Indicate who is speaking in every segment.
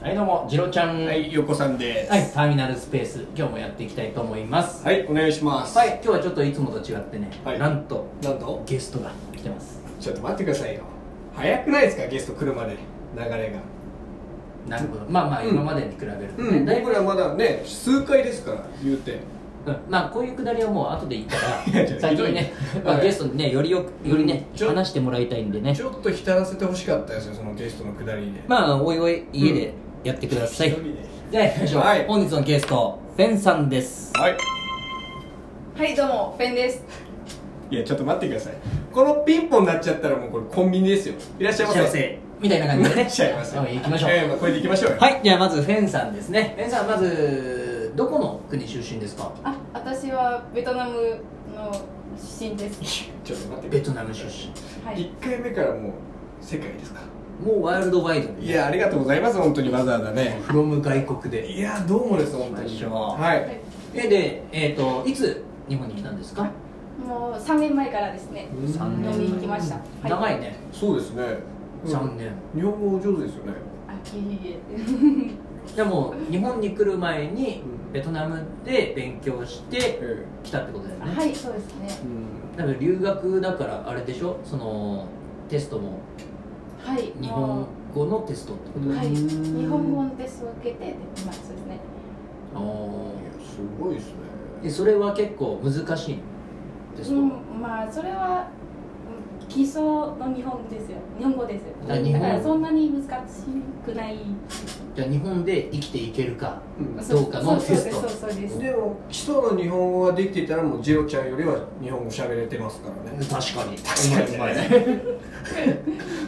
Speaker 1: はいどうもジロちゃん
Speaker 2: はい、横さんです。
Speaker 1: はいターミナルスペース今日もやっていきたいと思います
Speaker 2: はい、お願いします。
Speaker 1: はい。今日はちょっといつもと違ってね、
Speaker 2: はい
Speaker 1: なんと
Speaker 2: なんと、
Speaker 1: ゲストが来てます
Speaker 2: ちょっと待ってくださいよ。早くないですか、ゲスト来るまで、流れが。
Speaker 1: なるほどまあまあ
Speaker 2: うん
Speaker 1: 今までに比べるとね、
Speaker 2: うん、
Speaker 1: だいぶ、
Speaker 2: 僕らまだね、数回ですから、言うて。
Speaker 1: うんまあこういうくだりはもう後で言ったら
Speaker 2: いやちょっと
Speaker 1: 最近ね
Speaker 2: ひ どい、ね
Speaker 1: まあ、
Speaker 2: はい
Speaker 1: ゲストにねよりよくよりね
Speaker 2: ちょ
Speaker 1: 話してもらいたいんでね
Speaker 2: ちょっと浸らせてほしかったですよ、そのゲストのくだりで。
Speaker 1: まあおいおい家でやってください、じゃあ行きましょう、
Speaker 2: はい
Speaker 1: 本日のゲストフェンさんです
Speaker 2: はい。
Speaker 3: はい、どうも、フェンです。
Speaker 2: いや、ちょっと待ってください。このピンポンになっちゃったら、もうこれコンビニですよ。いらっしゃいませ。
Speaker 1: みたいな感じで
Speaker 2: い
Speaker 1: ね
Speaker 2: らっしゃいませ。
Speaker 1: はい行きましょう、
Speaker 2: ええまあこれで行きましょうよ。
Speaker 1: はい、じゃあまずフェンさんですね。フェンさんまずどこの国出身ですか。
Speaker 3: あ、私はベトナムの出身です。
Speaker 2: ちょっと待って
Speaker 1: ベ
Speaker 2: く
Speaker 1: ト
Speaker 2: ださ。
Speaker 1: ナム出身。
Speaker 3: はいい。
Speaker 2: 1回目からもう、世界ですか。
Speaker 1: もうワールドワイドで。
Speaker 2: いや、ありがとうございます、本当にわざわざね。
Speaker 1: フロム外国で。
Speaker 2: いやどうもです本
Speaker 1: 行きま
Speaker 2: 当に
Speaker 1: しょう
Speaker 2: はい
Speaker 1: えで、えっ、といつ日本に来たんですか。
Speaker 3: もう三年前からですね。
Speaker 2: うん
Speaker 1: 三
Speaker 3: 飲みに来ました。は
Speaker 1: 長い。ね。
Speaker 2: そうですね
Speaker 1: 三年。
Speaker 2: 日本語お上手ですよね
Speaker 3: あ、いえい
Speaker 1: でも日本に来る前に
Speaker 2: うん
Speaker 1: ベトナムで勉強して
Speaker 2: え
Speaker 1: 来たってことだよ
Speaker 3: え。
Speaker 1: ね。
Speaker 3: はい、そうですね。
Speaker 2: えうん
Speaker 1: だから留学だからあれでしょ。そのテストも
Speaker 3: はい。
Speaker 1: 日
Speaker 3: も
Speaker 1: 本語のテストってこと
Speaker 3: う
Speaker 1: だよね。
Speaker 3: はい。
Speaker 2: うん
Speaker 3: 日本語のテストを受けて、今そうですね。
Speaker 1: お
Speaker 2: いやすごいですね
Speaker 1: ーえそれは結構難しいテスト。
Speaker 3: うん、まあ、それは。うん基礎の日本ですよ。日本語ですよ。
Speaker 1: あ
Speaker 3: だ
Speaker 1: 日本
Speaker 3: から、そんなに難しくない。
Speaker 1: じゃあ日本で生きていけるか
Speaker 2: うん
Speaker 1: どうかのテスト
Speaker 3: そうそうですそうです。
Speaker 2: でも基礎の日本語ができていたらもうジロちゃんよりは日本語喋れてますから ね
Speaker 1: 確かに
Speaker 2: 確かに
Speaker 1: う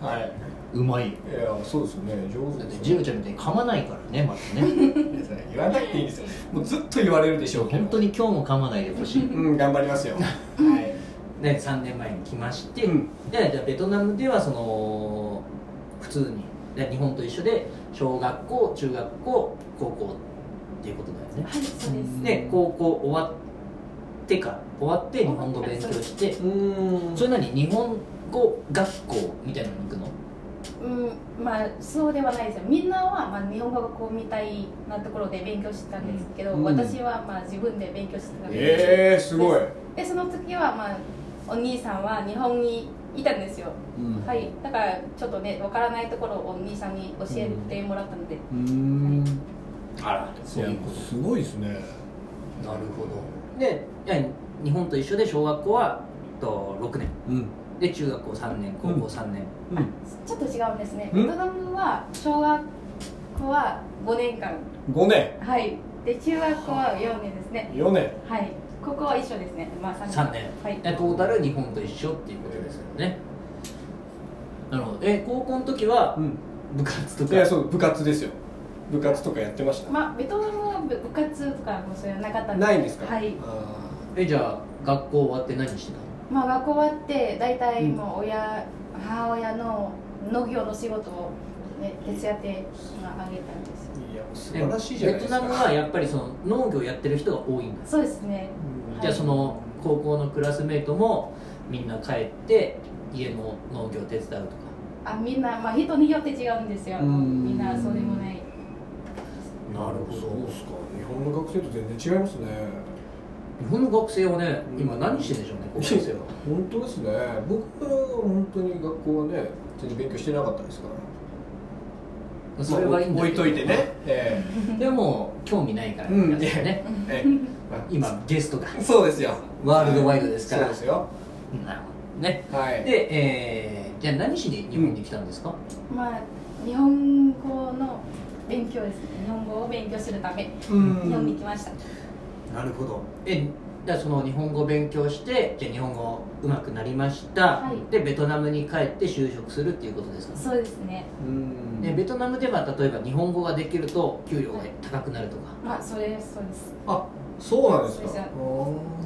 Speaker 2: はいう
Speaker 1: まい
Speaker 2: いやそうですよね上手
Speaker 1: だっ
Speaker 2: で
Speaker 1: て
Speaker 2: す
Speaker 1: ジ
Speaker 2: よ
Speaker 1: ム
Speaker 2: ね
Speaker 1: ちゃんみたいに噛まないからねまず ね
Speaker 2: いやそれ言わなくていいんですよもうずっと言われるでしょうけど
Speaker 1: 本当に今日も噛まないでほしい
Speaker 2: うん頑張りますよはい
Speaker 1: で3年前に来まして、
Speaker 2: うん
Speaker 1: でじゃあベトナムではその普通にで日本と一緒で小学校中学校高校っていうことだよね
Speaker 3: はい、そうです。
Speaker 1: で高校終わってか終わって日本語勉強して
Speaker 2: うん
Speaker 1: それなりに日本語学校みたいなのに行くの
Speaker 3: うん、まあそうではないですよみんなは、まあ、日本語学校みたいなところで勉強してたんですけど、
Speaker 2: うん
Speaker 3: 私は、まあ、自分で勉強してたんです、
Speaker 2: ええすごい
Speaker 3: でその時は、まあ、お兄さんは日本にいたんですよ、
Speaker 2: うん
Speaker 3: はいだからちょっとねわからないところをお兄さんに教えてもらったので、
Speaker 2: うん
Speaker 1: あらそういうこと
Speaker 2: すごいですね
Speaker 1: なるほどでじゃあ日本と一緒で小学校はえっと6年
Speaker 2: うん
Speaker 1: で中学校3年高校3年、
Speaker 3: ちょっと違うんですね
Speaker 2: う
Speaker 3: ベ
Speaker 2: ん
Speaker 3: トナムは小学校は5年間
Speaker 2: 5年
Speaker 3: はいで中学校は4年ですね
Speaker 2: 4年
Speaker 3: はいここは一緒ですねまあ3年
Speaker 1: 三年
Speaker 3: はい
Speaker 1: でトータル日本と一緒っていうことですよねなるほどえ高校の時は
Speaker 2: ん
Speaker 1: 部活と
Speaker 2: いや
Speaker 1: か
Speaker 2: そう部活ですよ部活とかやってました
Speaker 3: まあ、ベトナムは部部活とかもそれはなかったんで
Speaker 2: ないんですか
Speaker 3: はい
Speaker 2: あ
Speaker 1: えじゃあ学校終わって何してたの
Speaker 3: まあ、学校終わって大体もう親、母親の農業の仕事を、ね、手伝ってあげたんですよ
Speaker 2: ーいや素
Speaker 1: え
Speaker 2: 晴らしいじゃないですか
Speaker 1: ベトナムはやっぱりその農業やってる人が多いんだ、
Speaker 3: そうですね
Speaker 2: うん
Speaker 1: じゃあその高校のクラスメートもみんな帰って家の農業手伝うとか
Speaker 3: あみんな、まあ、人によって違うんですよ
Speaker 2: うん
Speaker 3: みんなそうでもない
Speaker 1: なるほど
Speaker 2: そうですか日本の学生と全然違いますね
Speaker 1: 日本の学生はね
Speaker 2: うん
Speaker 1: 今何してるんでしょうね高校生は
Speaker 2: 本当ですね僕は本当に学校はね全然勉強してなかったですから
Speaker 1: それはいいんだ
Speaker 2: まあ
Speaker 1: け
Speaker 2: 置い
Speaker 1: ど
Speaker 2: といてねえ
Speaker 1: でも興味ないから、
Speaker 2: うん
Speaker 1: 皆さんね
Speaker 2: えええ
Speaker 1: 今ゲストが
Speaker 2: まあそうですよ
Speaker 1: ワールドワイドですから
Speaker 2: そうですよ
Speaker 1: なるほどね
Speaker 2: はい
Speaker 1: で、えーじゃあ何しに日本に来たんですか、
Speaker 3: まあ日本語の勉強ですね日本語を勉強するため
Speaker 2: うん
Speaker 3: 日本に来ました、
Speaker 1: なるほどえじゃあその日本語勉強してじゃあ日本語うまくなりました、
Speaker 3: はい
Speaker 1: でベトナムに帰って就職するっていうことですか、
Speaker 3: そうですね
Speaker 2: うん
Speaker 1: でベトナムでは例えば日本語ができると給料が高くなるとか
Speaker 3: まあそれそうです
Speaker 2: あそうなんです
Speaker 3: そうです
Speaker 2: か
Speaker 3: よ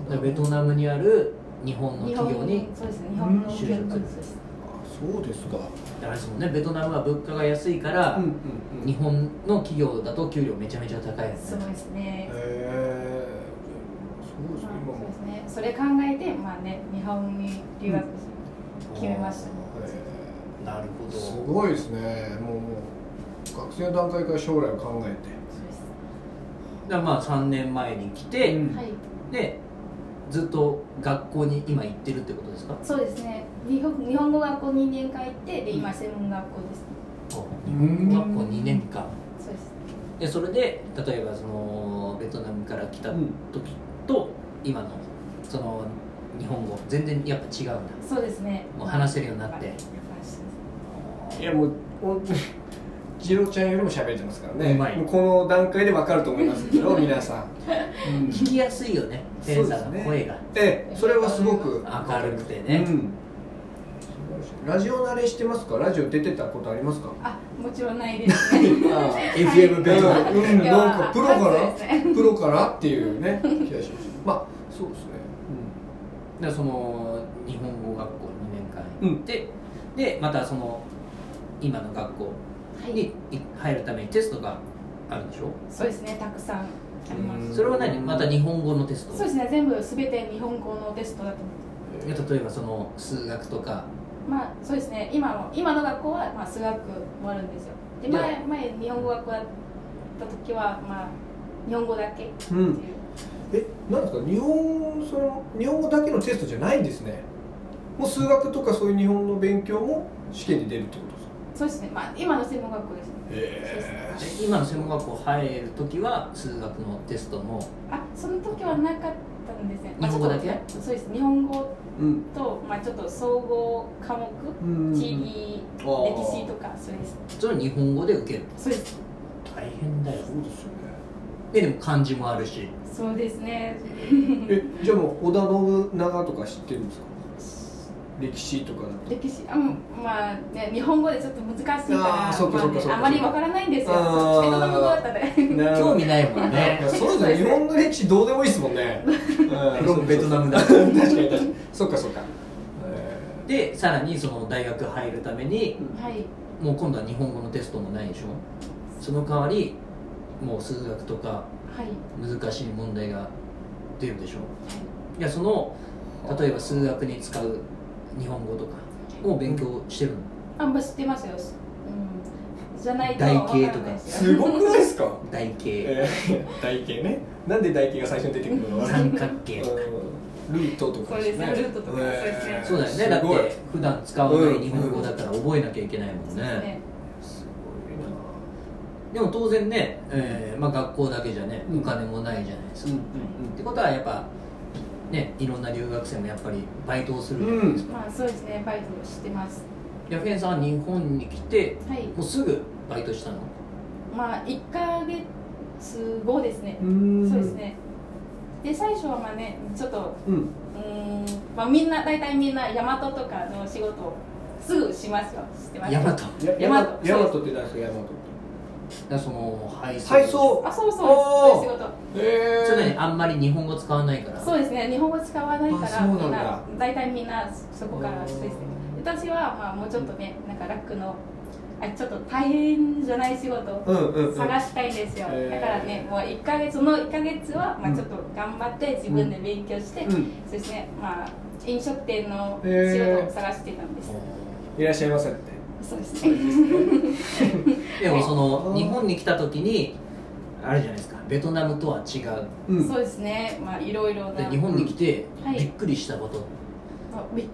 Speaker 1: だからベトナムにある日本の
Speaker 3: 日
Speaker 1: 企
Speaker 3: 本
Speaker 1: 業に
Speaker 3: そうですね日本の教育
Speaker 1: うん
Speaker 3: です
Speaker 2: あそうですか
Speaker 1: あれですもんねベトナムは物価が安いから、
Speaker 2: うんうんうん
Speaker 1: 日本の企業だと給料めちゃめちゃ高いです
Speaker 3: そう
Speaker 1: ね
Speaker 3: ですね
Speaker 2: えそうですね今
Speaker 3: まあそ
Speaker 2: も
Speaker 3: うですね。それ考えて、まあね、日本に留学する決めました。
Speaker 2: へ
Speaker 1: なるほ
Speaker 2: ーす
Speaker 1: ど
Speaker 2: ごいですねもうもう学生の段階から将来を考えて
Speaker 3: そうです
Speaker 1: らまあ3年前に来て、
Speaker 2: うん
Speaker 3: はい
Speaker 1: でずっと学校に今行ってるってことですか
Speaker 3: そうですね日本日本語学校2年間行ってで今専門学校です
Speaker 2: うん
Speaker 1: 学校2年間
Speaker 3: そうです
Speaker 1: でそれで例えばそのベトナムから来た時と今のその日本語全然やっぱ違うんだ
Speaker 3: そうですね
Speaker 1: もう話せるようになって
Speaker 3: はい話してます
Speaker 2: いやもう本当に ジロちゃんよりも喋れてますからね
Speaker 1: うまい
Speaker 2: もうこの段階でわかると思いますけど皆 さん、うん
Speaker 1: 聞きやすいよねペンさんの声が、
Speaker 2: ええそれはすごく
Speaker 1: 明るくてね
Speaker 2: うんラジオ慣れしてますかラジオ出てたことありますか
Speaker 3: あもちろんないですね
Speaker 1: FM ベトナム
Speaker 2: うんうんなんかプロか
Speaker 3: そう
Speaker 2: ら
Speaker 3: ですね
Speaker 2: プロからっていうね気がしますまあそうですね
Speaker 1: でその日本語学校2年間行って、でまたその今の学校
Speaker 3: はい
Speaker 1: にい入るためにテストがあるんでしょ、
Speaker 3: そうですねたくさんありま
Speaker 2: うん、
Speaker 3: す
Speaker 1: それは何また日本語のテスト
Speaker 3: そうですね全部すべて日本語のテストだと思います
Speaker 1: いや例えばその数学とか
Speaker 3: まあそうですね今の今の学校はまあ数学終わるんですよで
Speaker 1: いや
Speaker 3: 前前日本語学校だった時はまあ日本語だけっていううん
Speaker 2: うん、えなんですか日本その日本語だけのテストじゃないんですねもう数学とかそういう日本の勉強も試験に出るってことですか
Speaker 3: そうですねまあ今の専門学校ですね
Speaker 2: へ
Speaker 1: で今の専門学校入る時は数学のテストも
Speaker 3: あその時はなかったんですね、まあ、
Speaker 1: 日本語だけ
Speaker 3: ちょっとそうです日本語
Speaker 2: うん
Speaker 3: と、まあ、ちょっと総合科目
Speaker 2: うん
Speaker 3: 地理
Speaker 2: 歴
Speaker 3: 歴史とかそうです
Speaker 1: それを日本語で受ける
Speaker 3: そうです
Speaker 1: 大変だよ
Speaker 2: そうですよね
Speaker 1: ででも漢字もあるし
Speaker 3: そうですね
Speaker 2: えじゃあもう織田信長とか知ってるんですか歴史とかだと
Speaker 3: 歴史あうんまあね日本語でちょっと難しいから
Speaker 2: あーそうか
Speaker 3: まあ
Speaker 2: そうかそうか
Speaker 3: あまりわからないんですよベ
Speaker 2: あー
Speaker 3: トナム語だ ったら
Speaker 1: 興味ないもんね
Speaker 2: いやそうですね日本の歴史どうでもいいですもん ね
Speaker 1: フロムベトナムだ
Speaker 2: 確かに確かにそっかそっかえ
Speaker 1: でさらにその大学入るために
Speaker 3: はい
Speaker 1: もう今度は日本語のテストもないでしょその代わりもう数学とか
Speaker 3: はい
Speaker 1: 難しい問題が出るでしょいやその例えば数学に使う日本語とかを勉強してるの
Speaker 3: あんま知ってますよ、うん、じゃないと
Speaker 1: 台
Speaker 3: わ
Speaker 1: 形
Speaker 3: からない
Speaker 2: ー
Speaker 3: ですよ
Speaker 2: す ごくないですか
Speaker 1: 台形
Speaker 2: えー台形ねなんで台形が最初に出てくるの
Speaker 1: 三角形とか
Speaker 2: うんルートとか
Speaker 3: そうですねルートとかそうですね
Speaker 2: えー
Speaker 1: そうだよねだっ
Speaker 2: すごい
Speaker 1: て普段使わない日本語だから覚えなきゃいけないもんね、
Speaker 3: ね
Speaker 2: す
Speaker 1: で
Speaker 2: ごいな
Speaker 1: も当然ね、えーまあ、学校だけじゃね
Speaker 2: うん
Speaker 1: お金もないじゃないですか、っ
Speaker 2: う
Speaker 1: てことはやっぱねいろんな留学生もやっぱりバイトをするじゃないですか、
Speaker 3: まあそうですねバイト知ってます
Speaker 1: ヤフエンさんは日本に来て
Speaker 3: はい
Speaker 1: もうすぐバイトしたの
Speaker 3: まあ一ヶ月後ですね
Speaker 2: ん
Speaker 3: そうですねで最初はまあねちょっと
Speaker 2: うん
Speaker 3: うーんまあみんな大体みんなヤマトとかの仕事をすぐしますよ知ってます
Speaker 1: ヤマト
Speaker 2: や
Speaker 3: ヤマト
Speaker 2: ヤマトって何ですかヤマトって
Speaker 1: だその配送
Speaker 2: 配送
Speaker 3: あそうそう
Speaker 2: おー
Speaker 3: そういう仕事
Speaker 2: え
Speaker 1: それねあんまり日本語使わないから
Speaker 3: そうですね日本語使わないか
Speaker 2: あ
Speaker 3: ら
Speaker 2: そう
Speaker 3: み
Speaker 2: なんん
Speaker 3: な
Speaker 2: だ
Speaker 3: 大体みんなそこからですね私はまあもうちょっとねなんか楽のあちょっと大変じゃない仕事を
Speaker 2: うんうんうん
Speaker 3: 探した いんですよ、
Speaker 2: へー
Speaker 3: だからねもう1ヶ月その1ヶ月はまあちょっと頑張って自分で勉強して、
Speaker 2: うん
Speaker 3: そしてねまあ飲食店の仕
Speaker 2: へー
Speaker 3: 事を探してたんです、
Speaker 2: いらっしゃいませって
Speaker 3: そうですね
Speaker 1: でもそ
Speaker 2: あ
Speaker 1: の
Speaker 2: ー
Speaker 1: 日本に来た時にあれじゃないですかベトナムとは違う
Speaker 2: うん
Speaker 3: そうですね、まあいろいろ
Speaker 1: で
Speaker 3: な
Speaker 1: 日本に来て
Speaker 3: はい
Speaker 1: びっくりしたこと、
Speaker 3: まあびっ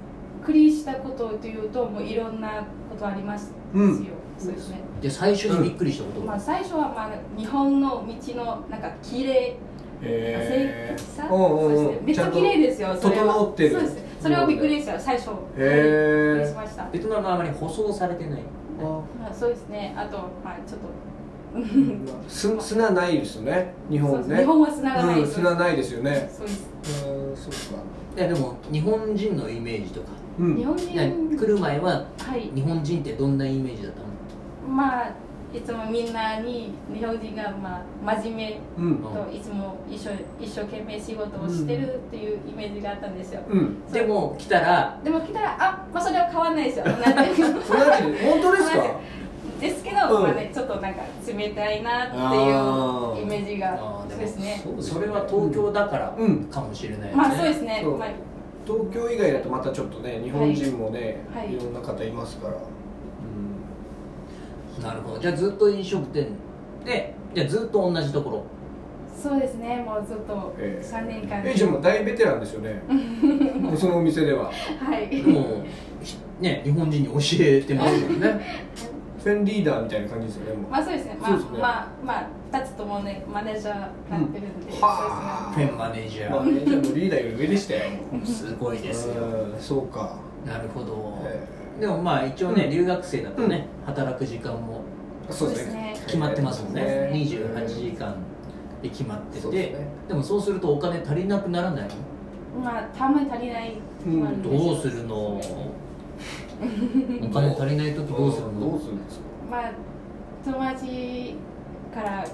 Speaker 3: くりしたことというともういろんなことありますよ、
Speaker 2: うん
Speaker 3: そうですね、
Speaker 1: で最初にびっくりしたこと、
Speaker 3: まあ、最初はまあ日本の道のなんか綺麗な
Speaker 2: へ
Speaker 3: 清潔さ、
Speaker 2: うんうんうん
Speaker 3: そしてめっちゃ綺麗ですよ
Speaker 2: ちゃ
Speaker 3: そ
Speaker 2: んと
Speaker 3: れは
Speaker 2: 整ってる
Speaker 3: そうですそれをびっくりしたよ最初
Speaker 2: え
Speaker 3: びっくり
Speaker 2: へ
Speaker 3: しました、
Speaker 1: ベトナムはあまり舗装されてない
Speaker 3: まあ、そうですねあとまあちょっと
Speaker 2: す砂ないですよね日
Speaker 3: そ
Speaker 2: 本
Speaker 3: うです
Speaker 2: ね
Speaker 3: 日本は砂がない、
Speaker 2: うん砂ないですよね
Speaker 3: そうです
Speaker 2: うんそうか
Speaker 1: いやでも日本人のイメージとか
Speaker 2: う
Speaker 3: 日
Speaker 2: ん
Speaker 3: 本
Speaker 1: いや
Speaker 3: 人
Speaker 1: 来る前は
Speaker 3: はい
Speaker 1: 日本人ってどんなイメージだったの
Speaker 3: まあいつもみんなに日本人がまあ真面目
Speaker 2: うん
Speaker 3: といつも一生一生懸命仕事をしてるっていうイメージがあったんですよ、
Speaker 2: うん
Speaker 1: でも来たら
Speaker 3: でも来たらあ、まあ、それは変わんないですよ同じ
Speaker 2: 同じ 本当ですか
Speaker 3: ですけど、
Speaker 2: うん
Speaker 3: まあね、ちょっとなんか冷たいな
Speaker 2: あ
Speaker 3: ってい
Speaker 2: ー
Speaker 3: うイメージ
Speaker 1: あ
Speaker 3: が
Speaker 1: ーでも
Speaker 3: そうですね
Speaker 2: そうです
Speaker 1: そ
Speaker 2: ね
Speaker 1: れは東京だから
Speaker 2: うん
Speaker 1: かもしれないよね
Speaker 3: まあそうですね
Speaker 2: そう
Speaker 3: まあ
Speaker 2: 東京以外だとまたちょっとね日本人もね
Speaker 3: はい
Speaker 2: いろんな方いますから
Speaker 1: なるほどじゃあずっと飲食店でじゃあずっと同じところ
Speaker 3: そうですねもうずっと
Speaker 2: ええ
Speaker 3: 3年間、
Speaker 2: えじゃあもう大ベテランですよ ねそのお店では
Speaker 3: はい
Speaker 1: もうひね日本人に教えてますよ ね
Speaker 2: フェンリーダーみたいな感じですよねもう
Speaker 3: まあそうですねまあ
Speaker 2: そうですね
Speaker 3: まあまあ2つともねマネージャーなってるんで、
Speaker 2: うん
Speaker 3: そうですね
Speaker 2: は
Speaker 1: フェンマネージャ
Speaker 2: まあ
Speaker 1: ー
Speaker 2: ねじゃあもうリーダーより上でしたよ
Speaker 1: すごいですよ
Speaker 2: うんそうか、
Speaker 1: なるほど、
Speaker 2: え
Speaker 1: でもまあ一応ね、
Speaker 2: うん
Speaker 1: 留学生だとね、働く時間も
Speaker 2: えそうですね
Speaker 1: 決まってますもん
Speaker 3: そう
Speaker 1: ね、
Speaker 3: ですね
Speaker 1: 28時間で決まってて
Speaker 2: そう
Speaker 1: で,、
Speaker 2: ですね
Speaker 1: もそうするとお金足りなくならない
Speaker 3: まあたまに足りない時もあるんで
Speaker 1: どうするのお金足りない時どうする
Speaker 2: どう
Speaker 1: の
Speaker 2: するんですか、
Speaker 3: まあ友達から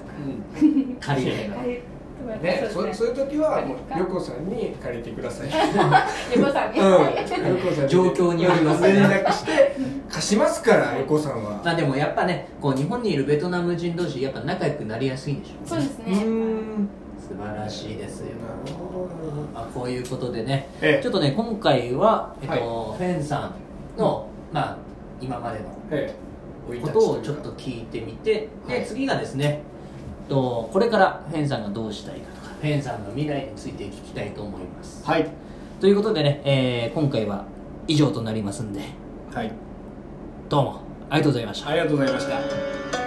Speaker 1: 借りるの
Speaker 3: 借りとか
Speaker 2: ね、
Speaker 3: そ
Speaker 2: そ
Speaker 3: うです
Speaker 2: そう
Speaker 3: ね
Speaker 2: いう時はもう旅行さんに借りてください。
Speaker 3: 旅行さんに、
Speaker 2: うん、旅行さん
Speaker 1: 状況によりますね
Speaker 2: 連絡して貸しますから旅行さんは。
Speaker 1: まあでもやっぱねこう日本にいるベトナム人同士やっぱ仲良くなりやすいんでしょ
Speaker 3: そうです
Speaker 2: う
Speaker 3: ね
Speaker 2: ーん。
Speaker 1: 素晴らしいですよ
Speaker 2: なるほど。
Speaker 1: まあこういうことでね
Speaker 2: え
Speaker 1: ちょっとね今回は、えっとフェンさんの、まあ今までの
Speaker 2: え、ええ
Speaker 1: ことをちょっと。聞いてみて
Speaker 2: は
Speaker 1: で
Speaker 2: い
Speaker 1: 次がですねとこれからフェンさんがどうしたいかとかフェンさんの未来について聞きたいと思います
Speaker 2: はい。
Speaker 1: ということでね、えー今回は以上となりますんで
Speaker 2: はい。
Speaker 1: どうもありがとうございました
Speaker 2: ありがとうございました。